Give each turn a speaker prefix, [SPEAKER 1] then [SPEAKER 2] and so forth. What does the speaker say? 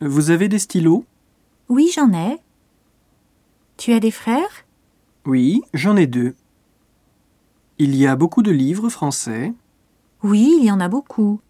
[SPEAKER 1] Vous avez des stylos
[SPEAKER 2] Oui, j'en ai. Tu as des frères
[SPEAKER 1] Oui, j'en ai deux. Il y a beaucoup de livres français.
[SPEAKER 2] Oui, il y en a beaucoup.